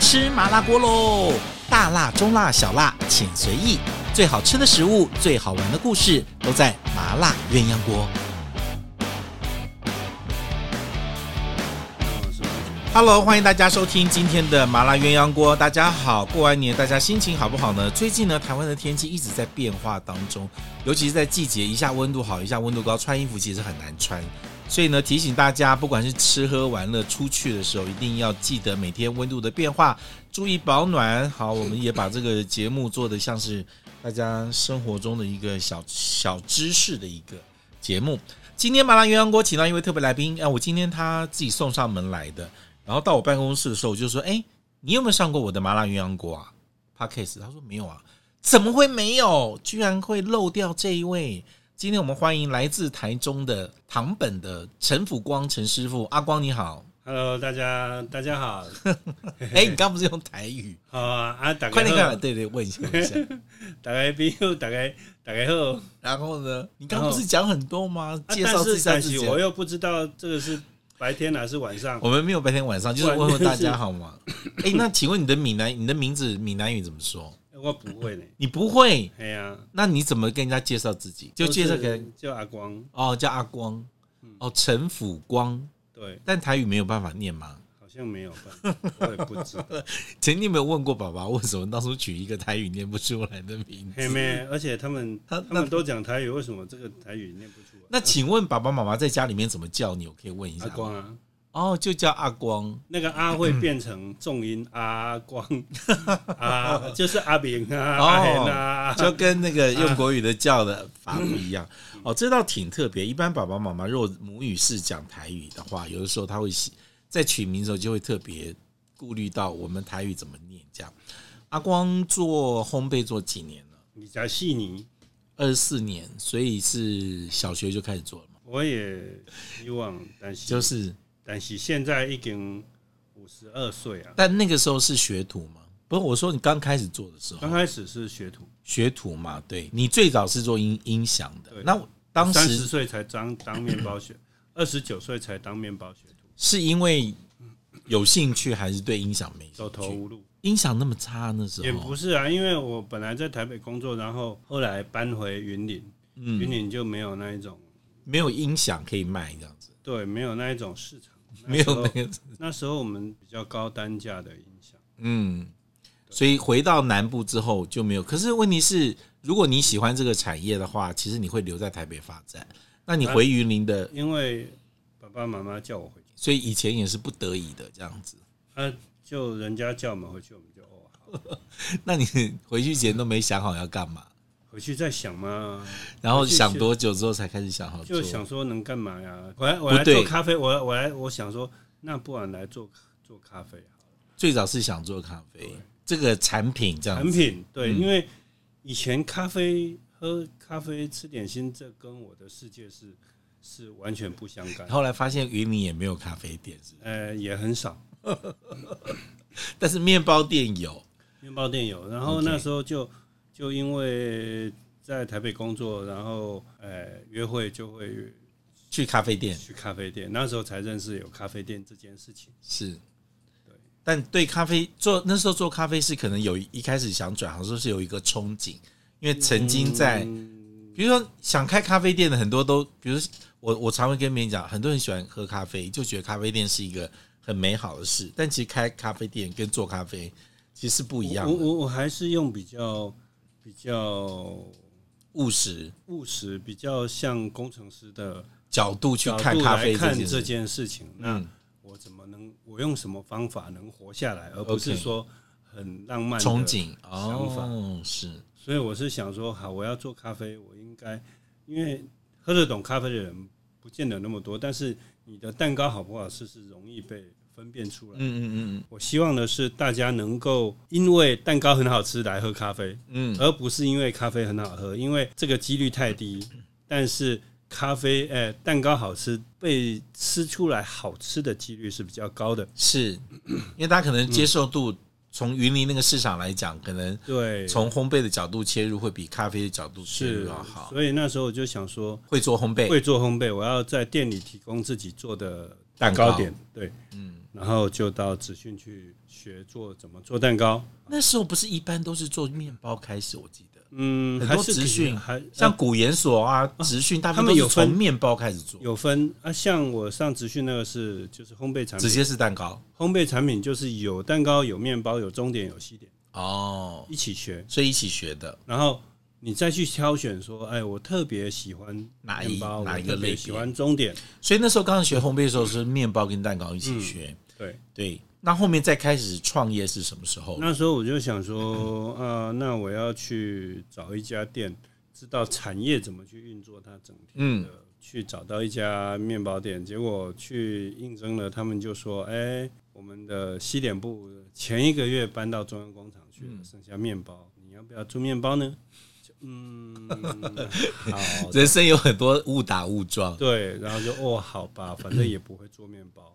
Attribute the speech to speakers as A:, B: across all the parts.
A: 吃麻辣锅喽！大辣、中辣、小辣，请随意。最好吃的食物，最好玩的故事，都在麻辣鸳鸯锅。Hello，欢迎大家收听今天的麻辣鸳鸯锅。大家好，过完年大家心情好不好呢？最近呢，台湾的天气一直在变化当中，尤其是在季节，一下温度好，一下温度高，穿衣服其实很难穿。所以呢，提醒大家，不管是吃喝玩乐、出去的时候，一定要记得每天温度的变化，注意保暖。好，我们也把这个节目做的像是大家生活中的一个小小知识的一个节目。今天麻辣鸳鸯锅请到一位特别来宾，啊，我今天他自己送上门来的。然后到我办公室的时候，我就说：“哎，你有没有上过我的麻辣鸳鸯锅啊？”Podcast，他说没有啊，怎么会没有？居然会漏掉这一位。今天我们欢迎来自台中的堂本的陈辅光陈师傅，阿光你好。
B: Hello，大家大家好，
A: 哎，你刚不是用台语？
B: 好啊，啊，大
A: 快点
B: 家
A: 看，
B: 好，
A: 对对，问一下问一下。
B: 大家朋友，大家大家好。啊
A: 然后 呢，你刚不是讲很多吗？介绍
B: 但
A: 自
B: 是
A: 己啊下
B: 但
A: 自己
B: 是。我又不知道这个是白天还是晚上。
A: 我们没有白天晚上，就是问问大家好 吗？哎，那请问你的闽南，你的名字闽南语怎么说？
B: 我不会呢。
A: 你不会，
B: 哎呀，
A: 那你怎么跟人家介绍自己？就
B: 都
A: 介绍
B: 是嗯
A: 给人
B: 就阿光，
A: 哦，叫阿光，哦，陈辅光，
B: 对，
A: 但台语没有办法念吗？
B: 好像没有吧，我也 不知道。
A: 前你有没有问过爸爸，为什么当初取一个台语念不出来的名
B: 嘿
A: 字？
B: 妹，而且他们
A: 他
B: 他
A: 那
B: 们都讲台语，为什么这个台语念不出来？
A: 那请问爸爸妈妈在家里面怎么叫你？我可以问一下
B: 阿
A: 吗。
B: 光啊，
A: 哦，就叫阿光。
B: 那个阿会变成重音阿 光啊，就是阿明啊，
A: 哦
B: 阿贤啊，
A: 就跟那个用国语的叫的法不一样。哦，这倒挺特别。一般爸爸妈妈如果母语是讲台语的话，有的时候他会喜在取名的时候就会特别顾虑到我们台语怎么念。这样，阿光做烘焙做几年了？
B: 你讲悉尼，
A: 二十四年，所以是小学就开始做了嘛。
B: 我也希望，但是
A: 就是，
B: 但是现在已经五十二岁啊，
A: 但那个时候是学徒嘛？不是，我说你刚开始做的时
B: 刚
A: 候，
B: 开始是学徒，
A: 学徒嘛，对你最早是做音音响的。
B: 对
A: 那当
B: 三十
A: 时
B: 岁才当当面 包学，二十九岁才当面包学徒，
A: 是因为有兴趣，还是对音响没
B: 走
A: 兴
B: 投
A: 趣？
B: 无路。
A: 音响那么差那时
B: 也
A: 候，
B: 不是啊，因为我本来在台北工作，然后后来搬回云林，
A: 嗯，
B: 云林就没有那一种，
A: 没有音响可以卖这样子，
B: 对，没有那一种市场，
A: 没有
B: 那时候
A: 那个，
B: 那时候我们比较高单价的音响，
A: 嗯，所以回到南部之后就没有。可是问题是，如果你喜欢这个产业的话，其实你会留在台北发展。那你回云林的
B: 因为爸爸妈妈叫我回去，
A: 所以以前也是不得已的这样子。
B: 啊，就人家叫我们回去，我们就哦好，
A: 那你回去前都没想好要干嘛，
B: 回去再想嘛。
A: 然后想多久之后才开始想好做
B: 就？想说能干嘛呀？我来我
A: 不
B: 来
A: 对
B: 做咖啡，我来我来我想说，那不然来做做咖啡啊好了
A: 最早是想做咖啡
B: 对
A: 这个产品这样
B: 产
A: 子，
B: 品对，
A: 嗯
B: 因为以前咖啡喝咖啡吃点心，这跟我的世界是是完全不相干，
A: 后来发现云林也没有咖啡店是不
B: 呃，也很少
A: 是，但是面包店有。
B: 面包店有。然后
A: OK
B: 那时候就就因为在台北工作，然后呃约会就会
A: 去咖啡店
B: 去咖啡店，那时候才认识有咖啡店这件事情。
A: 是，但对咖啡做那时候做咖啡是可能有一开始想转行，说是有一个憧憬，因为曾经在，
B: 嗯
A: 比如说想开咖啡店的很多都，比如说我我常会跟别人讲，很多人喜欢喝咖啡，就觉得咖啡店是一个很美好的事，但其实开咖啡店跟做咖啡其实是不一样
B: 我
A: 的，
B: 我我还是用比较比较
A: 务实
B: 务实、比较像工程师的
A: 角度去
B: 角
A: 看
B: 度
A: 咖
B: 来
A: 啡这
B: 看
A: 件
B: 这
A: 事。
B: 件事情。那
A: 嗯，
B: 我怎么能我用什么方法能活下来，而不是
A: OK
B: 说很浪漫的
A: 憧？憬
B: 想法
A: 哦，是
B: 所以我是想说，好，我要做咖啡，我应该因为喝得懂咖啡的人不见得那么多，但是你的蛋糕好不好吃是容易被分辨出
A: 嗯
B: 来。
A: 嗯嗯
B: 我希望的是大家能够因为蛋糕很好吃来喝咖啡。
A: 嗯嗯，
B: 而不是因为咖啡很好喝，因为这个几率太低。但是咖啡，呃，蛋糕好吃，被吃出来好吃的几率是比较高的。
A: 是因为大家可能接受度从云林那个市场来讲，可能
B: 对，
A: 从烘焙的角度切入，会比咖啡的角度切入
B: 是
A: 要好。
B: 所以那时候我就想说，
A: 会做烘焙，
B: 会做烘焙，我要在店里提供自己做的
A: 蛋糕
B: 糕点。对，嗯，然后就到职训去学做怎么做蛋糕。
A: 那时候不是一般都是做面包开始，我记得
B: 嗯，
A: 很
B: 还
A: 多
B: 是
A: 职
B: 可以
A: 训
B: 还
A: 像古研所啊、职训，大部
B: 他
A: 分
B: 们
A: 都是
B: 有分
A: 从面包开始做，
B: 有分啊，像我上职训那个是就是烘焙产
A: 直
B: 品，
A: 接是蛋糕
B: 烘焙产品就是有蛋糕、有面包、有中点、有西点，
A: 哦，
B: 一起学。
A: 所以一起学的。
B: 然后你再去挑选说，哎，我特别喜欢
A: 哪一
B: 面包，
A: 哪
B: 我
A: 一个
B: 特别
A: 类别
B: 喜欢中点，
A: 所以那时候刚刚学烘焙的时候是面包跟蛋糕一
B: 嗯
A: 起学，
B: 对。
A: 对。那后面再开始创业是什么时候？
B: 那时候我就想说，啊，那我要去找一家店，知道产业怎么去运作它整体的，
A: 嗯
B: 去找到一家面包店。结果去应征了，他们就说，哎、我们的西点部前一个月搬到中央工厂去
A: 嗯
B: 了，剩下面包，你要不要做面包呢？就嗯，好，
A: 人生有很多误打误撞，
B: 对，然后就哦，好吧，反正也不会做面包。
A: 嗯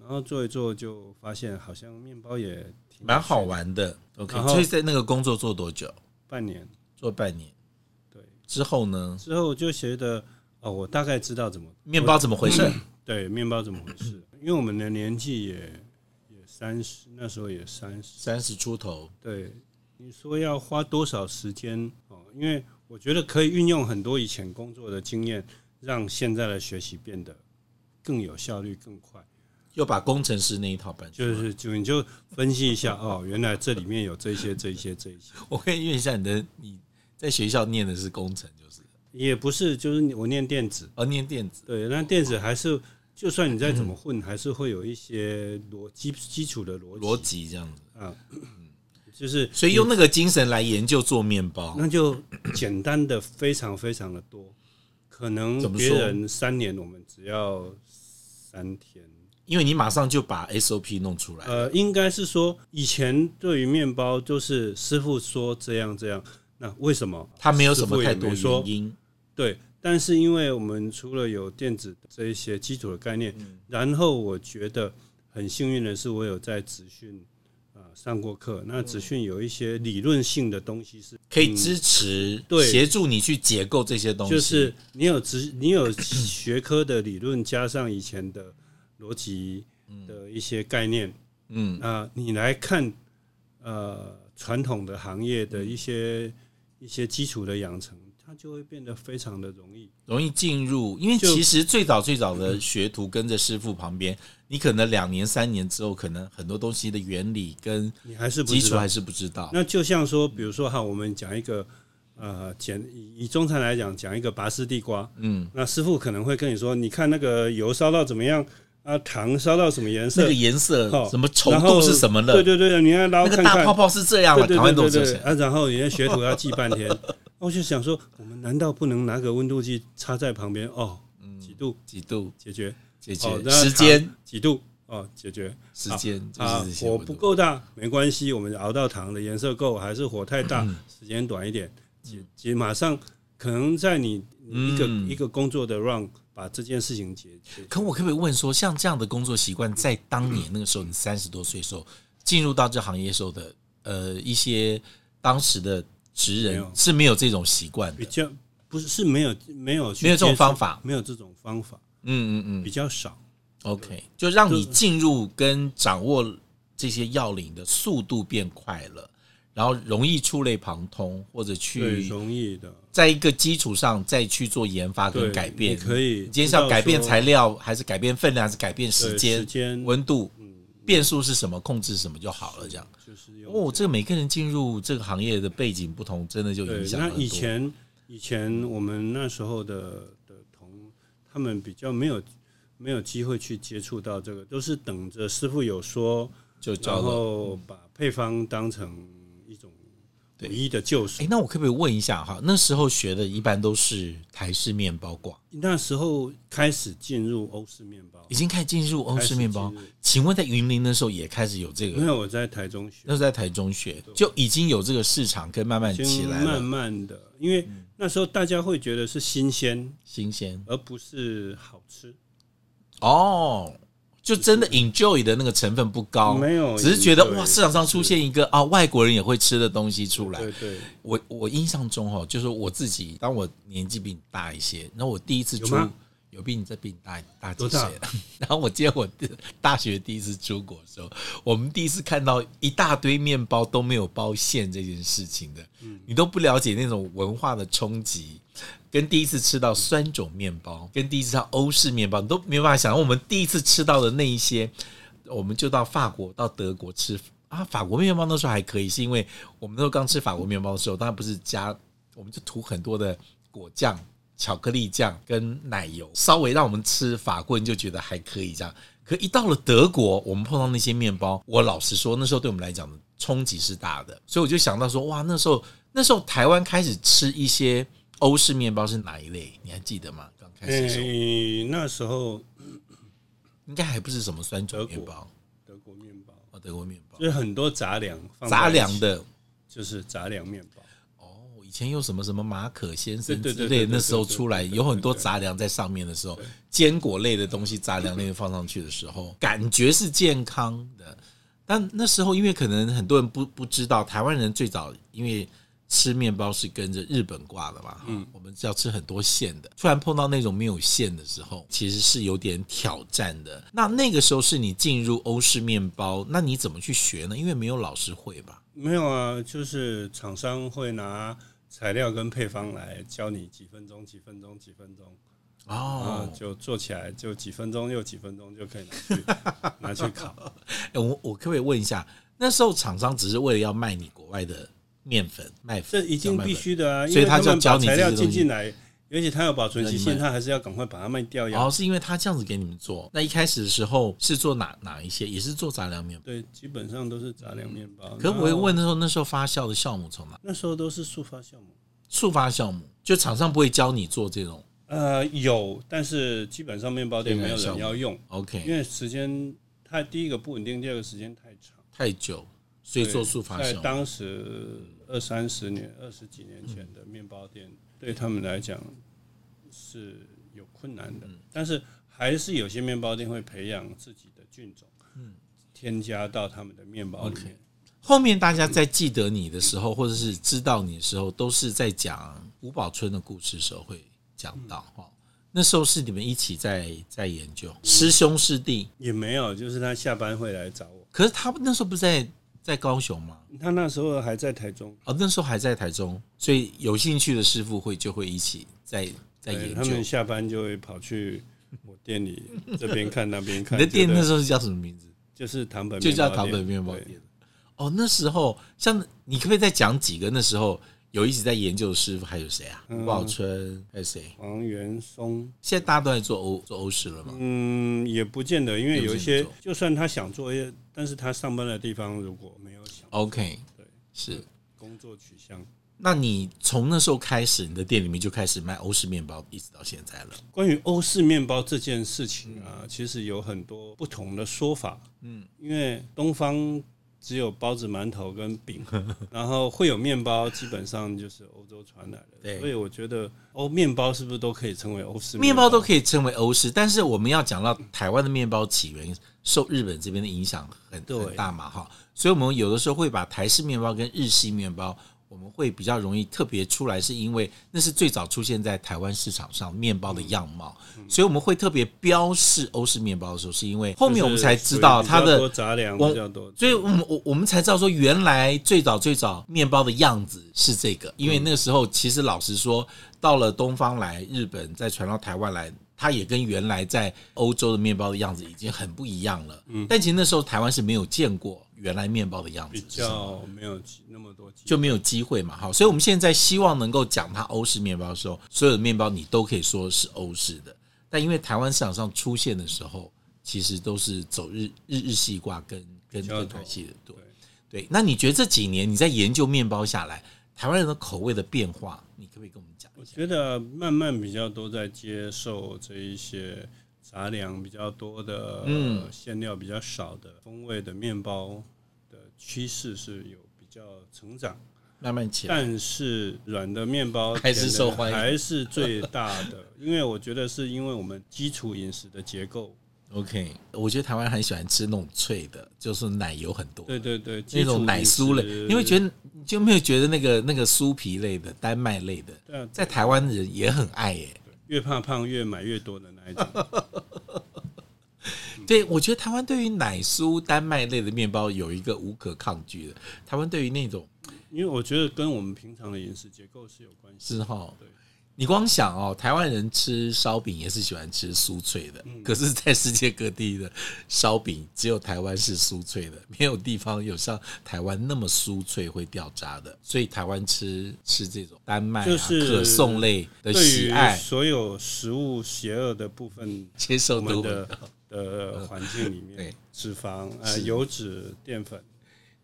B: 然后做一做，就发现好像面包也挺
A: 蛮好，玩的。OK，
B: 然后
A: 所以在那个工作做多久？
B: 半年。
A: 做半年
B: 对，
A: 之后呢？
B: 之后我就觉得哦，我大概知道怎么
A: 面包怎么回事？
B: 对面包怎么回事，因为我们的年纪也也三十，那时候也三十。
A: 三十出头，
B: 对，你说要花多少时间哦？因为我觉得可以运用很多以前工作的经验，让现在的学习变得更有效率、更快。
A: 又把工程师那一套搬出来。
B: 就是就你就分析一下哦，原来这里面有这些、这些、这些，
A: 我可以问一下你的，你在学校念的是工程，就是
B: 也不是就是你我念电子，
A: 哦，念电子
B: 对，那电子还是，就算你再怎么混，还是会有一些逻基基础的逻辑
A: 逻辑这样子，
B: 啊，就是
A: 所以用那个精神来研究做面包。
B: 那就简单的非常非常的多，可能
A: 怎么
B: 别
A: 说
B: 人三年，我们只要三天。
A: 因为你马上就把 SOP 弄出来，
B: 呃，应该是说以前对于面包就是师傅说这样这样，那为什么
A: 它没有
B: 师
A: 什
B: 傅
A: 么
B: 也
A: 太多
B: 没说
A: 原因。
B: 对，但是因为我们除了有电子这一些基础的概念，
A: 嗯
B: 然后我觉得很幸运的是，我有在职训啊、呃上过课。那职训有一些理论性的东西是，
A: 可以支持、
B: 对
A: 协助你去解构这些东西，
B: 就是你有职 你有学科的理论，加上以前的逻辑的一些概念，
A: 嗯，
B: 那、你来看呃传统的行业的一些一些基础的养成，它就会变得非常的容易。
A: 容易进入。因为
B: 就
A: 其实最早最早的学徒跟着师傅旁边，你可能两年三年之后，可能很多东西的原理跟
B: 你还是不
A: 基
B: 知
A: 础
B: 道
A: 还是不知道。
B: 那就像说，比如说哈，我们讲一个呃，简以以中餐来讲，讲一个拔丝地瓜，
A: 嗯，
B: 那师傅可能会跟你说，你看那个油烧到怎么样啊，糖烧到什么颜
A: 那
B: 色
A: 个，颜色、
B: 哦
A: 什么稠
B: 然
A: 度
B: 后
A: 是什么了？
B: 对对对，你要捞
A: 那
B: 看
A: 个大
B: 看
A: 泡，泡是这样
B: 对
A: 了，
B: 对
A: 赶快
B: 对
A: 弄
B: 对
A: 成
B: 对，啊，然后人家学徒要记半天， 我就想说，我们难道不能拿个温度计插在旁边哦，
A: 嗯
B: 几度
A: 几度
B: 解决，
A: 解决、
B: 哦那
A: 时间
B: 糖几度哦解决，
A: 时间就
B: 啊
A: 是这，些
B: 火
A: 温
B: 不
A: 度
B: 够大没关系，我们熬到糖的颜色够，还是火太
A: 嗯
B: 大，时间短一点，解解马上可能在你你一个、
A: 嗯
B: 一个工作的 run 把这件事情解决。
A: 可我可不可以问说，像这样的工作习惯，在当年那个时候，你三十多岁的时候进入到这行业的时候的，呃，一些当时的职
B: 没
A: 人
B: 有
A: 是没有这种习惯
B: 比
A: 的。
B: 较不是是没有没有去
A: 没有这种
B: 接触
A: 方法
B: 没有这种方法
A: 嗯嗯
B: 比
A: 嗯
B: 较少。
A: ，OK，就让你进入跟掌握这些要领的速度变快了，然后容易触类旁通，或者
B: 对，
A: 去
B: 容易的
A: 在一个基础上再去做研发
B: 对
A: 跟改变。
B: 你可以
A: 你今天是
B: 知道
A: 要改变
B: 说
A: 材料，还是改变分量，还是改变时
B: 对
A: 间
B: 时、间嗯
A: 温度？变数是什么，控制什么就好了，这样。
B: 就是用
A: 哦，这个每个人进入这个行业的背景不同，真的就
B: 对
A: 影，响
B: 那
A: 了很多。
B: 以前以前我们那时候的的同，他们比较没有没有机会去接触到这个，都是等着师傅有说，
A: 就教了。
B: 然后把配方当成一种
A: 对
B: 唯一的救赎
A: 哎，。那我可不可以问一下哈？那时候学的一般都是台式面包挂，
B: 那时候开始进入欧式面包
A: 已，经开始进入欧
B: 开
A: 式
B: 始
A: 面包
B: 进入。
A: 请问在云林的时候也开始有这
B: 因
A: 个？
B: 为我在台中学
A: 那，是在台中学就已经有这个市场跟慢慢
B: 已
A: 起
B: 经
A: 来
B: 慢
A: 了，
B: 慢的，因为那时候大家会觉得是新鲜，
A: 新鲜
B: 而不是好吃。
A: 哦。就真的 enjoy 的那个成分不高，
B: 没有
A: 只是觉得
B: enjoy，
A: 哇，市场上出
B: 是
A: 现一个啊外国人也会吃的东西出来，
B: 对对，
A: 我我印象中哦，就是我自己，当我年纪比你大一些，那我第一次
B: 有
A: 出
B: 吗
A: 有病你这比你大大几
B: 多
A: 岁
B: 大
A: 了？然后我记得我的大学第一次出国的时候，我们第一次看到一大堆面包都没有包馅这件事情的，
B: 嗯
A: 你都不了解那种文化的冲击。跟第一次吃到酸种面包，跟第一次吃到欧式面包，你都没有办法想。我们第一次吃到的那一些，我们就到法国、到德国吃啊。法国面包那时候还可以，是因为我们那时候刚吃法国面包的时候，当然不是加，我们就涂很多的果酱、巧克力酱跟奶油，稍微让我们吃法国人就觉得还可以这样。可一到了德国，我们碰到那些面包，我老实说，那时候对我们来讲的冲击是大的，所以我就想到说，哇，那时候那时候台湾开始吃一些欧式面包是哪一类？你还记得吗？刚开始的
B: 呃
A: 时候
B: 诶、哎那时候
A: 应该还不是什么酸种
B: 德国
A: 面包
B: 德国面包
A: 哦，德国面包
B: 就是很多杂粮，
A: 杂粮，的
B: 就是杂粮面包。
A: 哦，以前有什么什么马可先生
B: 对
A: 之类
B: 对对对对
A: 的，
B: 对
A: 那时候出来
B: 对对对
A: 有很多杂粮在上面的时候，坚果类的东西杂粮类的放上去的时候，感觉是健康的。但那时候因为可能很多人不不知道，台湾人最早因为吃面包是跟着日本挂的嘛，嗯，我们是要吃很多馅的。突然碰到那种没有馅的时候，其实是有点挑战的。那那个时候是你进入欧式面包，那你怎么去学呢？因为没有老师会吧？
B: 没有啊，就是厂商会拿材料跟配方来教你几分钟、几分钟、几分钟，啊，
A: 哦，
B: 就做起来就几分钟又几分钟就可以拿去拿去 烤。
A: 哎、我我可不可以问一下，那时候厂商只是为了要卖你国外的面粉、麦
B: 这
A: 粉，
B: 一
A: 小
B: 定
A: 麦
B: 必
A: 粉
B: 须的啊，因
A: 所以
B: 为
A: 他就
B: 们
A: 教
B: 把
A: 你
B: 材料
A: 这些东
B: 进
A: 西
B: 进来，而且他有保存期
A: 那你
B: 限，
A: 卖
B: 他还是要赶快把它卖掉呀。
A: 哦，是因为他这样子给你们做。那一开始的时候是做哪哪一些？也是做杂粮面包。
B: 对，基本上都是杂粮面包。
A: 可我会
B: 然后
A: 问的时候，那时候发酵的酵母从哪？
B: 那时候都是速发酵母。
A: 速发酵母，就厂商不会教你做这种。
B: 呃，有，但是基本上面包店
A: 对
B: 没有嗯
A: 效
B: 人
A: 果
B: 要用，因
A: OK，
B: 为时间太第一个不稳定，第二个时间太长。
A: 太久，所以
B: 对
A: 做速发
B: 在
A: 酵母。
B: 当时二三十年、二十几年前的面包店，对他们来讲是有困难的，但是还是有些面包店会培养自己的菌种，添加到他们的面包里面。
A: 后面大家在记得你的时候，或者是知道你的时候，都是在讲吴宝春的故事的时候会讲到哦。那时候是你们一起在在研究，师兄师弟。
B: 也没有，就是他下班会来找我，
A: 可是他那时候不是在在高雄吗？
B: 他那时候还在台中，
A: 哦，那时候还在台中，所以有兴趣的师傅会就会一起在在
B: 对
A: 研
B: 他
A: 究。
B: 们下班就会跑去我店里这边看那 边
A: 你
B: 看。
A: 的店
B: 觉得
A: 那时候是叫什么名字？
B: 就是唐本面包
A: 就
B: 店，
A: 叫桃本面包
B: 对
A: 店。哦，那时候像你可不可以再讲几个那时候有一直在研究的师傅？还有谁啊？
B: 嗯
A: 吴宝春还有谁？
B: 黄元松，
A: 现在大家都在做欧做欧式了嘛？
B: 嗯，也不见得，因为有一
A: 也
B: 些
A: 不见得，
B: 就算他想做，哎但是他上班的地方如果没有想
A: OK，
B: 对
A: 是。
B: 工作取向，
A: 那你从那时候开始，你的店里面就开始卖欧式面包，一直到现在了。
B: 关于欧式面包这件事情
A: 嗯
B: 啊，其实有很多不同的说法。嗯，因为东方只有包子、馒头跟 饼，然后会有面包，基本上就是欧洲传来
A: 对
B: 的。所以我觉得欧面包是不是都可以称为欧式
A: 面包
B: 包
A: 都可以称为欧式，但是我们要讲到台湾的面包起源受日本这边的影响很
B: 对
A: 很大嘛，哈，所以我们有的时候会把台式面包跟日系面包，我们会比较容易特别出来，是因为那是最早出现在台湾市场上面包的样貌，
B: 嗯
A: 所以我们会特别标示欧式面包的时候，是因为后面我们才知道它
B: 就是属
A: 的
B: 于比较多杂粮
A: 我
B: 比较多，
A: 所以我们我我们才知道说，原来最早最早面包的样子是这个，因为
B: 嗯
A: 那个时候其实老实说，到了东方来，日本再传到台湾来，它也跟原来在欧洲的面包的样子已经很不一样了。嗯，但其实那时候台湾是没有见过原来面包的样
B: 比
A: 子，是吗
B: 较没有那么多机会
A: 就没有机会嘛。好，所以我们现在希望能够讲它欧式面包的时候，所有的面包你都可以说是欧式的，但因为台湾市场上出现的时候，其实都是走日日日系挂跟跟
B: 比较
A: 跟
B: 多
A: 台系的多
B: 对。
A: 对，那你觉得这几年你在研究面包下来，台湾人的口味的变化，你可不可以跟我们讲
B: 我觉得慢慢比较多在接受这一些杂粮比较多的，
A: 嗯
B: 呃馅料比较少的风味的面包的趋势是有比较成长，
A: 慢慢起来？
B: 但是软的面包
A: 还是
B: 甜的
A: 受欢迎
B: 还是最大 的，因为我觉得是因为我们基础饮食的结构，
A: OK，我觉得台湾很喜欢吃那种脆的，就是奶油很多，
B: 对对对，
A: 那种奶酥类，你会觉
B: 得
A: 得你就没有觉得那个那个酥皮类的、丹麦类的，
B: 对啊，
A: 在台湾人也很爱耶、
B: 越怕胖越买越多的 那一种。
A: 对，我觉得台湾对于奶酥、丹麦类的面包有一个无可抗拒的。台湾对于那种
B: 因为我觉得跟我们平常的饮食结构是有关系
A: 是
B: 的。
A: 哈，
B: 对，
A: 你光想哦，台湾人吃烧饼也是喜欢吃酥脆的，
B: 嗯
A: 可是，在世界各地的烧饼，只有台湾是酥脆的，没有地方有像台湾那么酥脆会掉渣的。所以台湾吃吃这种丹麦、啊、
B: 就是
A: 可颂类的
B: 对
A: 喜
B: 于
A: 爱，
B: 所有食物邪恶的部分，
A: 接受
B: 我们
A: 度
B: 的的环境里面
A: 对，
B: 脂肪、呃油脂、淀粉，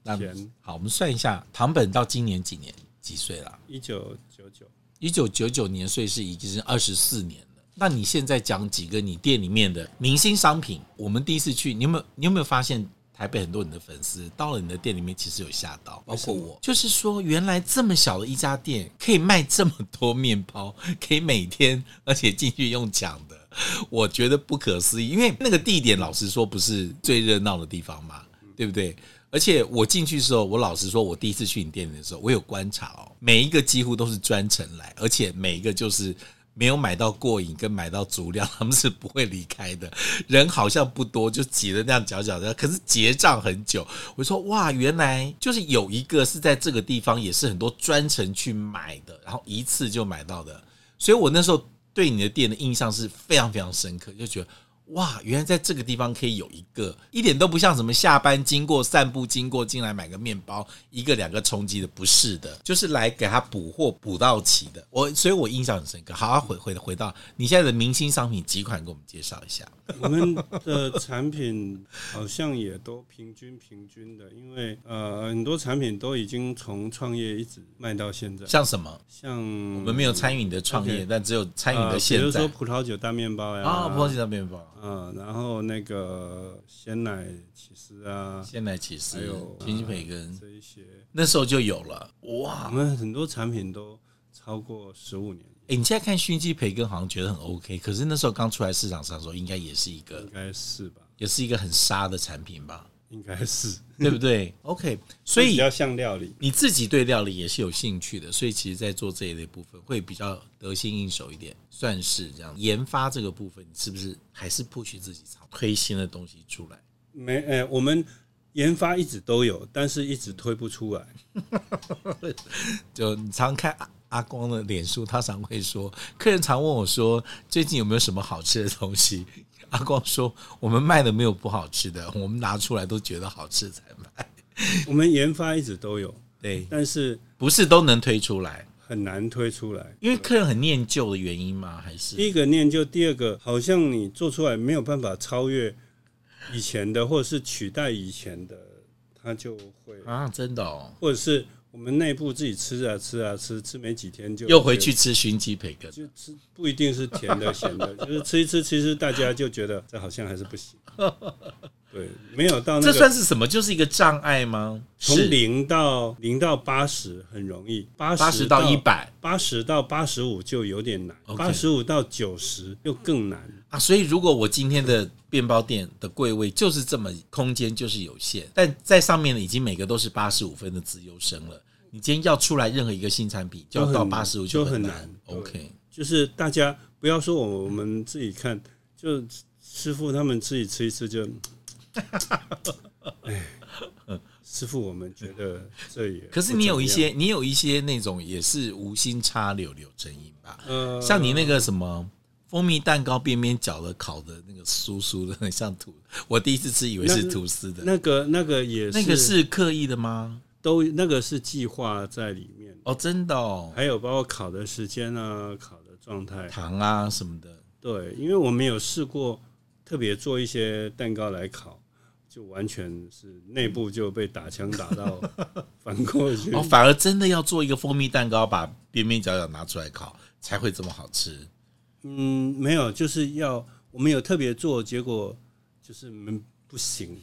A: 那
B: 甜
A: 好，我们算一下，唐本到今年几年几岁了？
B: 一九九九。
A: 一九九九年，所以是已经是二十四年了。那你现在讲几个你店里面的明星商品？我们第一次去，你有没有你有没有发现台北很多你的粉丝到了你的店里面，其实有吓到，包括我。就是说，原来这么小的一家店可以卖这么多面包，可以每天，而且进去用抢的， 我觉得不可思议。因为那个地点，老实说不是最热闹的地方嘛，对不对？而且我进去的时候，我老实说，我第一次去你店里的时候，我有观察哦，每一个几乎都是专程来，而且每一个就是没有买到过瘾跟买到足料，他们是不会离开的。人好像不多，就挤得那样角角的，可是结账很久。我说哇，原来就是有一个是在这个地方，也是很多专程去买的，然后一次就买到的。所以我那时候对你的店的印象是非常非常深刻，就觉得哇，原来在这个地方可以有一个，一点都不像什么下班经过、散步经过进来买个面包，一个两个冲击的，不是的，就是来给他补货补到齐的。我所以，我印象很深刻。好、啊，回回回到你现在的明星商品几款，给我们介绍一下。
B: 我们的产品好像也都平均平均的，因为呃很多产品都已经从创业一直卖到现在，
A: 像什么？
B: 像
A: 我
B: 我
A: 们没有参与你的创业
B: OK
A: 但只有参与你的
B: 嗯呃比
A: 现
B: 如
A: 在
B: 说呃葡萄酒大面包呀，
A: 啊，不忘记的面包。
B: 嗯，然后那个鲜奶起司啊，
A: 鲜奶起司
B: 还有、
A: 金鸡培根，
B: 这一些，
A: 那时候就有了哇
B: 我！们很多产品都超过十五年，
A: 哎、你现在看熏鸡培根好像觉得很 OK，可是那时候刚出来市场上的时候，应该也是一个
B: 应该是吧？
A: 也是一个很杀的产品吧，
B: 应该是，
A: 对不对？OK，所
B: 比
A: 以
B: 较像料理。
A: 你自己对料理也是有兴趣的，所以其实在做这一类部分会比较得心应手一点，算是这样。研发这个部分，你是不是还是 push 自己常推新的东西出来？
B: 没，哎、我们研发一直都有，但是一直推不出来。
A: 就你常看阿阿光的脸书，他常会说，客人常问我说，最近有没有什么好吃的东西？阿光说，我们卖的没有不好吃的，我们拿出来都觉得好吃才卖。
B: 我们研发一直都有，
A: 对，
B: 但是
A: 不是都能推出来，
B: 很难推出来。
A: 因为客人很念旧的原因吗？还是
B: 第一个念旧，第二个好像你做出来没有办法超越以前的，或者是取代以前的，它就会，
A: 啊，真的哦，
B: 或者是我们内部自己吃啊吃啊吃，吃没几天就
A: 又回去吃熏鸡培根。
B: 就吃不一定是甜的咸的， 就是吃一吃，其实大家就觉得这好像还是 不行。对，没有到那
A: 这
B: 个
A: 算是什么？就是一个障碍吗？
B: 从
A: 是
B: 零到零到八十很容易，八
A: 八十到一百
B: 八十到八十五就有点难，
A: OK
B: 八十五到九十又更难。
A: 啊，所以如果我今天的面包店的柜位就是这么空间就是有限，但在上面的已经每个都是八十五分的自由生了，你今天要出来任何一个新产品，就要
B: 就
A: 到
B: 很
A: 八十五
B: 就
A: 很
B: 很
A: 难
B: 难。对
A: OK，
B: 就是大家不要说我我们自己看，就师傅他们自己吃一 吃就，哎，师傅我们觉得这也
A: 可是
B: 不
A: 你
B: 怎
A: 有一
B: 么样
A: 些，你有一些那种也是无心插柳柳成荫吧？
B: 呃
A: 像你那个什么蜂蜜蛋糕边边角的烤的那个酥酥的，很像吐。我第一次吃以为
B: 那
A: 是
B: 是
A: 吐司的，
B: 那个那个也是
A: 那个是刻意的吗？
B: 都那个是计划在里面，
A: 哦，真的哦，
B: 还有包括烤的时间啊，烤的状态。
A: 糖啊什么的。
B: 对，因为我们有试过特别做一些蛋糕来烤，就完全是内部就被打枪打到反过去。
A: 哦，反而真的要做一个蜂蜜蛋糕，把边边角角拿出来烤，才会这么好吃。
B: 嗯，没有，就是要我们有特别做，结果就是嗯不 行，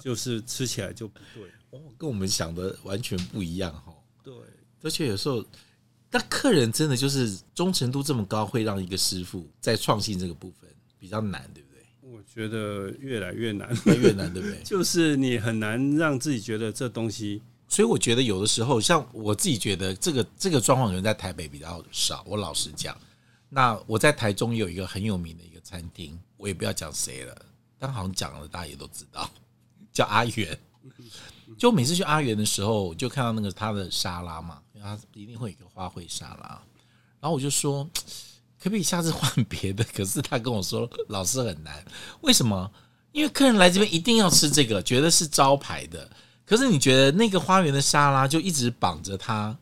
B: 就是吃起来就不对。
A: 哦，跟我们想的完全不一样哦。
B: 对，
A: 而且有时候，那客人真的就是忠诚度这么高，会让一个师傅在创新这个部分比较难，对不 对？
B: 我觉得越来越难，
A: 越难，对不对？
B: 就是你很难让自己觉得这东西
A: 所以我觉得有的时候，像我自己觉得这个这个状况可能在台北比较少。我老实讲，那我在台中有一个很有名的一个餐厅，我也不要讲谁了，但好像讲了大家也都知道， 叫阿元。就每次去阿元的时候，我就看到那个他的沙拉嘛，因为他一定会有一个花卉沙拉，然后我就说，可不可以下次换别的？ 可是他跟我说，老师很难，为什么？因为客人来这边一定要吃这个，觉得是招牌的。可是你觉得那个花园的沙拉就一直绑着他，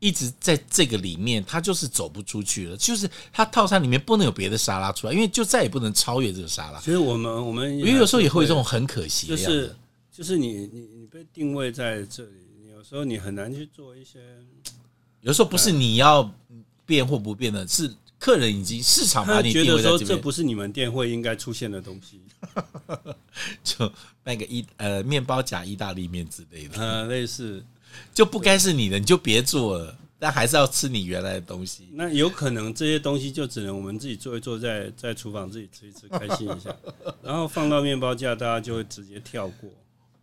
A: 一直在这个里面，他就是走不出去了。就是他套餐里面不能有别的沙拉出来，因为就再也不能超越这个沙拉。
B: 其实我们我们
A: 因为有时候也会有这种很可惜的
B: 就
A: 样子
B: 是就是你你你被定位在这里，有时候你很难去做一些，
A: 有时候不是你要变或不变的，是客人已经市场把
B: 嗯他
A: 你
B: 觉
A: 定
B: 得
A: 位在
B: 说
A: 这
B: 这
A: 边，
B: 不是你们店会应该出现的东西，
A: 就卖个意呃面包夹意大利面之类的，
B: 呃，类似
A: 就不该是你的，你就别做了。但还是要吃你原来的东西。
B: 那有可能这些东西就只能我们自己做一做，在在厨房自己吃一吃，开心一下， 然后放到面包架，大家就会直接跳过，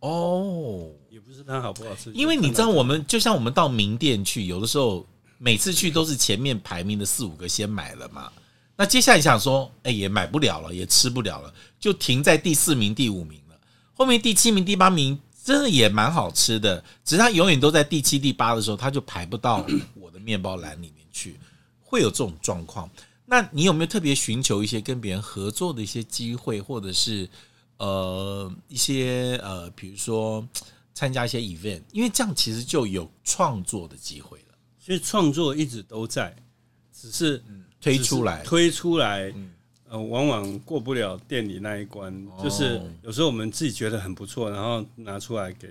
A: 哦，
B: 也不是它好不好吃，
A: 因为你知道，
B: 就看到
A: 我们就像我们到名店去，有的时候每次去都是前面排名的四五个先买了嘛。那接下来想说，哎、也买不了了，也吃不了了，就停在第四名、第五名了。后面第七名、第八名真的也蛮好吃的，只是它永远都在第七、第八的时候，它就排不到我的面包篮里面去，会有这种状况。那你有没有特别寻求一些跟别人合作的一些机会，或者是呃一些呃，比如说参加一些 event，因为这样其实就有创作的机会了，
B: 其实创作一直都在，只是
A: 推出来嗯
B: 只是推出来，呃，往往过不了店里那一关。
A: 哦
B: 就是有时候我们自己觉得很不错，然后拿出来给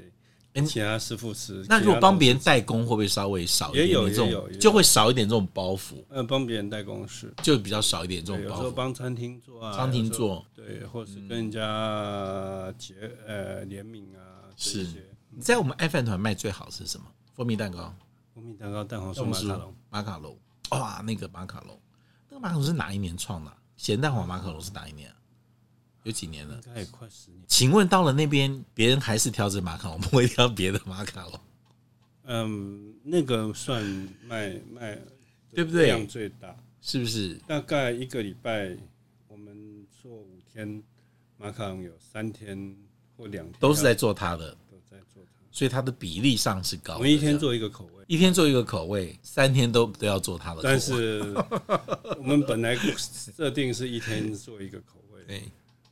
A: 嗯
B: 其他师傅吃。
A: 那如果帮别
B: 人，
A: 人代工，会不会稍微少一点
B: 也
A: 点
B: 有
A: 这种，
B: 也有也有
A: 就会少一点这种包袱，
B: 呃，帮别人代工是，
A: 就比较少一点这
B: 对
A: 种
B: 有时
A: 包
B: 候
A: 袱。
B: 帮餐厅做啊，
A: 餐厅
B: 有时候
A: 做，嗯
B: 对，或是跟人家结呃联名啊，这
A: 是
B: 些
A: 你在我们爱饭团卖最好是什么？蜂蜜蛋糕、
B: 蜂蜜蛋糕、蛋黄酥、马卡龙，
A: 马卡龙。哇，那个马卡龙，那个马卡龙是哪一年创的啊、咸蛋黄马卡龙是哪一年啊、有几年了
B: 应？该也快十年。
A: 请问到了那边，别人还是挑这马卡龙，不会挑别的马卡龙？
B: 嗯，那个算卖卖，
A: 对不对
B: 量最大。
A: 是不是？
B: 大概一个礼拜，我们做五天，马卡龙有三天或两天
A: 都是在做它的，
B: 都在做它。
A: 所以它的比例上是高的。
B: 我们一
A: 这样
B: 天做一个口味，
A: 一天做一个口味，三天都都要做它的口味。
B: 但是我们本来设定是一天做一个口味，
A: 对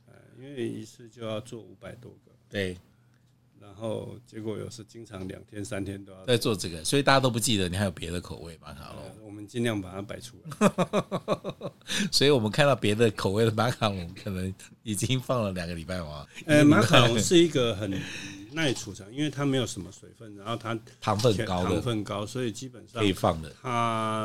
B: 呃因为一次就要做五百多个，
A: 对，
B: 然后结果有时经常两天三天都要。
A: 在做这个，所以大家都不记得你还有别的口味马卡龙。
B: 呃我们尽量把它摆出 来。
A: 所以我们看到别的口味的马卡龙，可能已经放了两个礼拜嘛，
B: 呃，马卡龙是一个很耐储藏，因为它没有什么水分，然后它
A: 糖分高
B: 糖
A: 的
B: 分高，所以基本上
A: 可以放的。
B: 它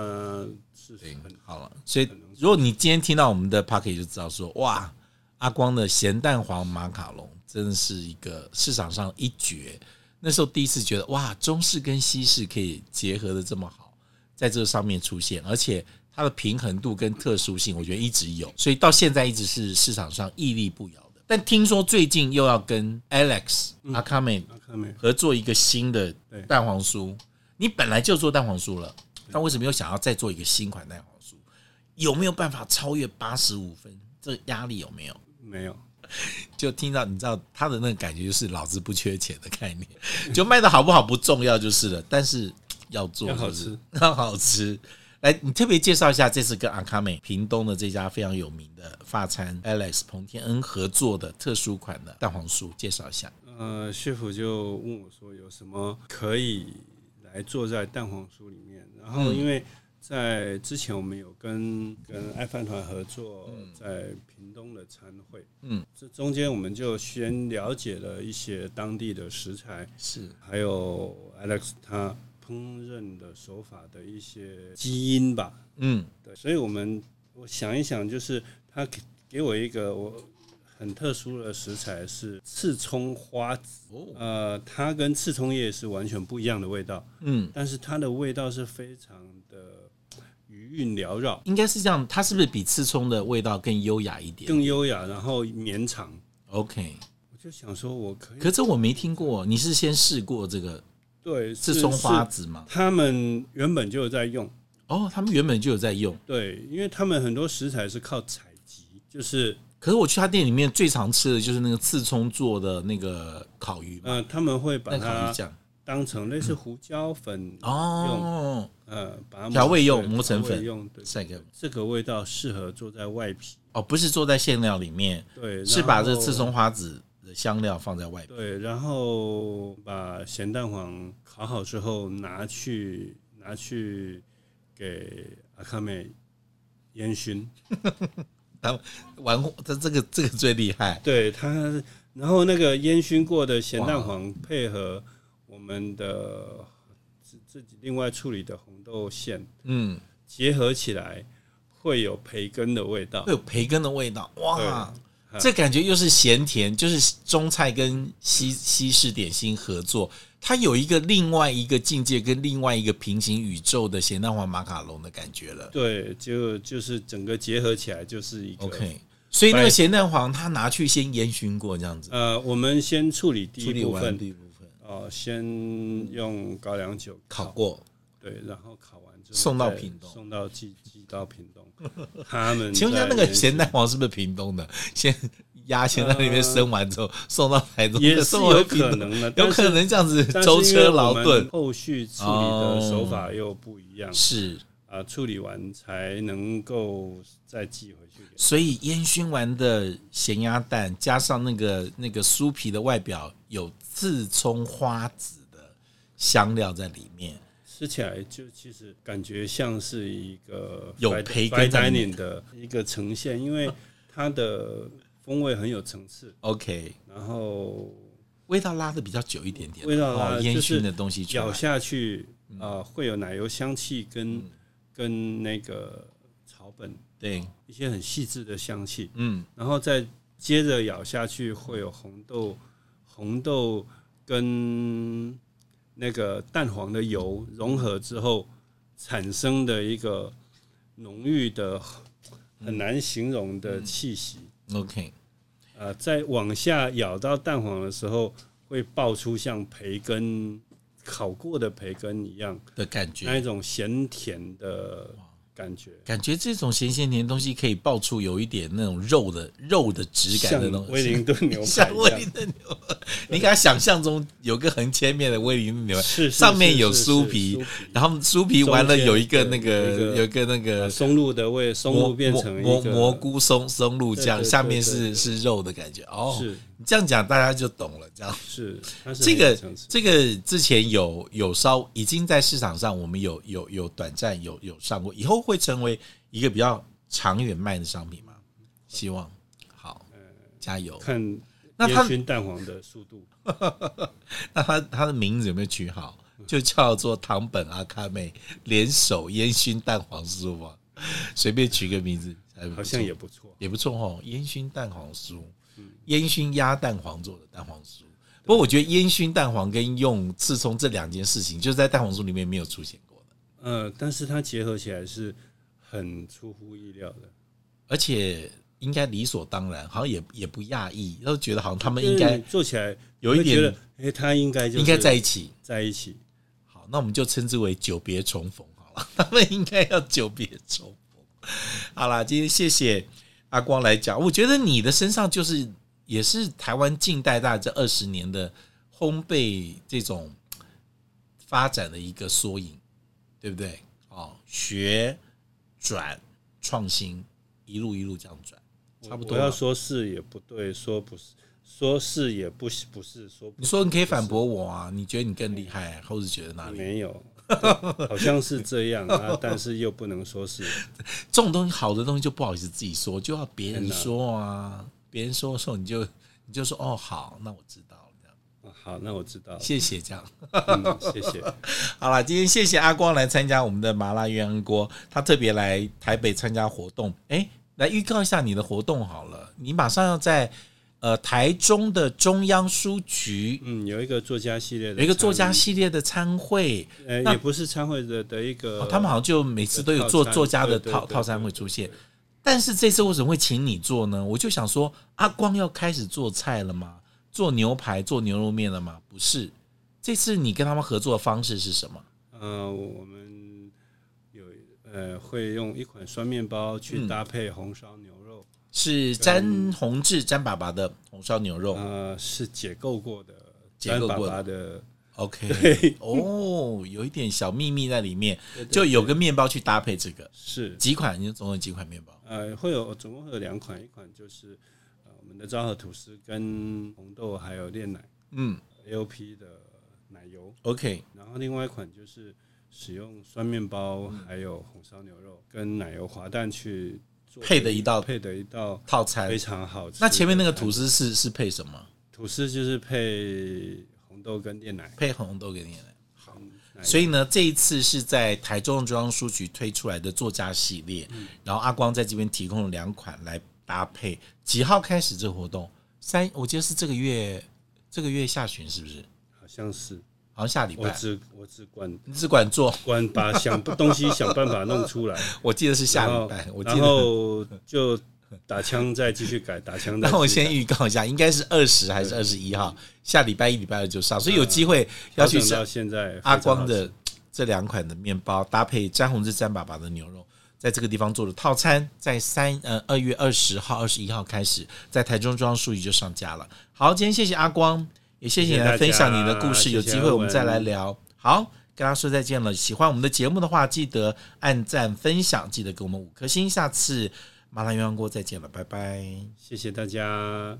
B: 是
A: 对
B: 很，
A: 嗯好了，所以如果你今天听到我们的 p o c k e t 就知道说，哇，阿光的咸蛋黄马卡龙真的是一个市场上一绝。那时候第一次觉得，哇，中式跟西式可以结合的这么好，在这上面出现，而且它的平衡度跟特殊性，我觉得一直有，所以到现在一直是市场上屹立不摇的。但听说最近又要跟 Alex、阿卡美
B: 马卡龙
A: 合作一个新的
B: 对
A: 蛋黄酥。你本来就做蛋黄酥了，但为什么又想要再做一个新款蛋黄酥？有没有办法超越八十五分？这个压力有没有？
B: 没有。
A: 就听到你知道他的那个感觉就是老子不缺钱的概念， 就卖的好不好不重要就是了，但是要做
B: 要好
A: 就是
B: 吃，
A: 要好吃。来，你特别介绍一下这次跟阿卡美屏东的这家非常有名的发餐 Alex 彭天恩合作的特殊款的蛋黄酥，介绍一下。
B: 呃，师傅就问我说有什么可以来做在蛋黄酥里面，然后因为在之前我们有跟跟爱饭团合作，在屏东的餐会，
A: 嗯，
B: 这中间我们就先了解了一些当地的食材，
A: 是
B: 还有 Alex 他烹饪的手法的一些基因吧，
A: 嗯，
B: 对，所以我们我想一想，就是他给给我一个我很特殊的食材是刺葱花籽，
A: 哦，
B: 呃，它跟刺葱叶是完全不一样的味道，
A: 嗯，
B: 但是它的味道是非常的余韵缭绕，
A: 应该是这样，它是不是比刺葱的味道更优雅一点
B: 更优雅，然后绵长。
A: ？OK，
B: 我就想说，我可以
A: 可这我没听过，你是先试过这个
B: 对
A: 刺
B: 是
A: 葱花
B: 是
A: 籽吗？
B: 他们原本就有在用，
A: 哦，他们原本就有在用，
B: 对，因为他们很多食材是靠采集，就是
A: 可是我去他店里面最常吃的就是那个刺葱做的那个烤鱼嘛，
B: 呃，他们会把
A: 那烤
B: 它
A: 鱼嗯酱
B: 当成类似胡椒粉，
A: 哦，
B: 呃，把它磨
A: 调味用
B: 碎
A: 磨成
B: 调味
A: 粉
B: 用对，
A: 晒给
B: 这个味道适合做在外皮，
A: 哦，不是做在馅料里面，
B: 对，
A: 是
B: 然
A: 把这个
B: 后
A: 刺葱花籽的香料放在外面。
B: 对，然后把咸蛋黄烤好之后拿去拿去给阿卡美烟熏，
A: 玩他这个这个最厉害，
B: 对它，然后那个烟熏过的咸蛋黄配合我们的自自己另外处理的红豆馅
A: 嗯，
B: 结合起来，会有培根的味道
A: 会。有培根的味道，哇，
B: 对嗯
A: 这感觉又是咸甜，就是中菜跟西西式点心合作，它有一个另外一个境界跟另外一个平行宇宙的咸蛋黄马卡龙的感觉了。
B: 对，就就是整个结合起来就是一个
A: OK，所以那个咸蛋黄它拿去先烟熏过这样子，
B: 呃，我们先处理第
A: 处
B: 呃一
A: 理
B: 部
A: 完
B: 分，
A: 第一部分
B: 哦，先用高粱酒
A: 烤过，
B: 对，然后烤完之后
A: 送到
B: 再
A: 屏东
B: 送到寄寄到屏东。他 们
A: 请问一下，
B: 在
A: 那个
B: 研
A: 咸蛋黄是不是屏东的？ 先鸭先在那边生完之后，送到台中，
B: 呃也是
A: 送回
B: 有
A: 屏
B: 可
A: 东，
B: 能的，
A: 有
B: 但是
A: 可能这样子
B: 但是
A: 舟
B: 因为
A: 车
B: 我
A: 劳
B: 们
A: 顿。哦
B: 后续处理的手法又不一样
A: 是，
B: 啊，处理完才能够再寄回去给。
A: 所以烟熏完的咸鸭蛋加上那个那个酥皮的外表有刺葱花籽的香料在里面，
B: 吃起来就其实感觉像是一个
A: 有
B: fine-
A: 培根
B: fine
A: 在里
B: dining 的一个呈现，因为它的风味很有层次，
A: ，OK，
B: 然后
A: 味道拉的比较久一点点，
B: 味道拉
A: 哦
B: 得
A: 烟
B: 就是
A: 熏的东西出来嗯
B: 咬下去啊、呃会有奶油香气跟、跟那个草本
A: 对，
B: 一些很细致的香气，
A: 嗯，
B: 然后再接着咬下去会有红豆红豆跟那个蛋黄的油融合之后产生的一个浓郁的很难形容的气息。
A: OK，
B: 啊，在往下咬到蛋黄的时候，会爆出像培根烤过的培根一样
A: 的感觉，
B: 那一种咸甜的感觉，
A: 感觉这种咸咸甜的东西可以爆出有一点那种肉的肉的质感
B: 像
A: 的东
B: 威
A: 西，
B: 灵顿牛排
A: 像威
B: 一
A: 灵
B: 样。
A: 顿牛排，你给他想象中有个横切面的威灵顿牛排，
B: 是是
A: 上面有
B: 是是
A: 酥
B: 是
A: 皮
B: 酥
A: 然后酥皮完了
B: 中间
A: 有一个
B: 对
A: 那个有
B: 有
A: 一个那个
B: 松露的味，松
A: 蘑
B: 露变成
A: 蘑
B: 一个
A: 蘑，菇松松露酱，
B: 对对
A: 下面
B: 对
A: 是
B: 对
A: 是肉的感觉哦。
B: 是
A: 你这样讲大家就懂了，这样。
B: 是，它是
A: 这
B: 很有
A: 个
B: 层次
A: 这个之前有有稍已经在市场上，我们有有有短暂有有上过，以后会成为一个比较长远卖的商品吗？希望好，
B: 呃
A: 加油。
B: 看
A: 那它
B: 烟熏蛋黄的速度，
A: 那它它的名字有没有取好？就叫做唐本阿卡妹联手烟熏蛋黄酥吧，随便取个名字，还不错
B: 好像嗯也不错。
A: 也不错哦，烟熏蛋黄酥，烟熏鸭蛋黄做的蛋黄酥。不过我觉得烟熏蛋黄跟用刺葱这两件事情，就是在蛋黄酥里面没有出现过的，
B: 呃，但是它结合起来是很出乎意料的。
A: 而且应该理所当然，好像也也不讶异，都觉得好像他
B: 他
A: 们应该
B: 做起来
A: 有一
B: 会觉
A: 点
B: 得，哎，它应该就是
A: 应该在一起。
B: 在一起。
A: 好，那我们就称之为久别重逢好了，他们应该要久别重逢。好啦，今天谢谢阿光来讲，我觉得你的身上就是也是台湾近代大概这二十年的烘焙这种发展的一个缩影，对不对？哦，学转创新，一路一路这样转，
B: 我
A: 差不多
B: 我要
A: 了。
B: 说是也不对，说不是，说是也不是不是，说不
A: 你说你可以反驳我啊？你觉得你更厉害，或是觉得哪里？
B: 没有，对好像是这样啊，但是又不能说是。
A: 这种东西好的东西就不好意思自己说，就要别人说啊，别人说的时候你就你就说哦好，那我知道了，这样
B: 哦好，那我知道了，
A: 谢谢这样。
B: 嗯，谢谢。
A: 好了，今天谢谢阿光来参加我们的麻辣鸳鸯锅，他特别来台北参加活动，哎，来预告一下你的活动好了，你马上要在呃台中的中央书局
B: 嗯，有一个作家系列的
A: 有
B: 参，
A: 一个作家系列的参会，
B: 呃，
A: 那
B: 也不是参会的的一个，
A: 哦，他们好像就每次都有做
B: 套餐
A: 作家的
B: 对对
A: 套
B: 对
A: 套餐会出现，但是这次为什么会请你做呢？我就想说，阿光要开始做菜了吗？做牛排、做牛肉面了吗？不是，这次你跟他们合作的方式是什么？
B: 呃，我们有呃，会用一款酸面包
A: 嗯
B: 去搭配红烧牛肉，
A: 是詹宏志詹爸爸的红烧牛肉。
B: 呃，是解构过的，
A: 哦解构
B: 爸
A: 过的
B: 爸的，
A: OK，哦，有一点小秘密在里面，就有跟面包去搭配这个
B: 是
A: 几款，你总有几款面包。
B: 呃，会有总共会有两款，一款就是呃我们的昭和吐司跟红豆还有炼奶
A: 嗯
B: AOP 的奶油，
A: ，OK，
B: 然后另外一款就是使用酸面包还有红烧牛肉跟奶油滑蛋去做
A: 配的一道
B: 配的一道
A: 套餐
B: 非。常好吃的
A: 那
B: 菜。
A: 前面那个吐司是是配什么？
B: 吐司就是配红豆跟炼奶，
A: 配红豆给你来。
B: 好，
A: 所以呢，这一次是在台中中央书局推出来的作家系列，
B: 嗯
A: 然后阿光在这边提供了两款来搭配。几号开始这个活动？三，我记得是这个月，这个月下旬是不是？
B: 好像是
A: 好像下礼
B: 我
A: 拜。
B: 只我只管
A: 你只管做，
B: 管把想东西想办法弄 出来，
A: 我记得是下
B: 然后
A: 礼拜。我记
B: 然
A: 得
B: 后就打枪再继续改，打枪再继续改。
A: 那我先预告一下，应该是二十还是二十一号，下礼拜一、礼拜二就上，所以有机会要去
B: 调整
A: 吃
B: 嗯到现在
A: 阿
B: 非常好
A: 光的
B: 吃
A: 这两款的面包，搭配詹宏志詹爸爸的牛肉，在这个地方做的套餐，在三呃二月二十号、二十一号开始，在台中中央书局就上架了。好，今天谢谢阿光，也谢谢你
B: 谢谢
A: 来
B: 大
A: 分享你的
B: 家
A: 故事，有
B: 谢谢
A: 机
B: 阿
A: 会我们
B: 文
A: 再来聊。好。跟大家说再见了。喜欢我们的节目的话，记得按赞、分享，记得给我们五颗星。下次麻辣鸳鸯锅再见了，拜拜。
B: 谢谢大家。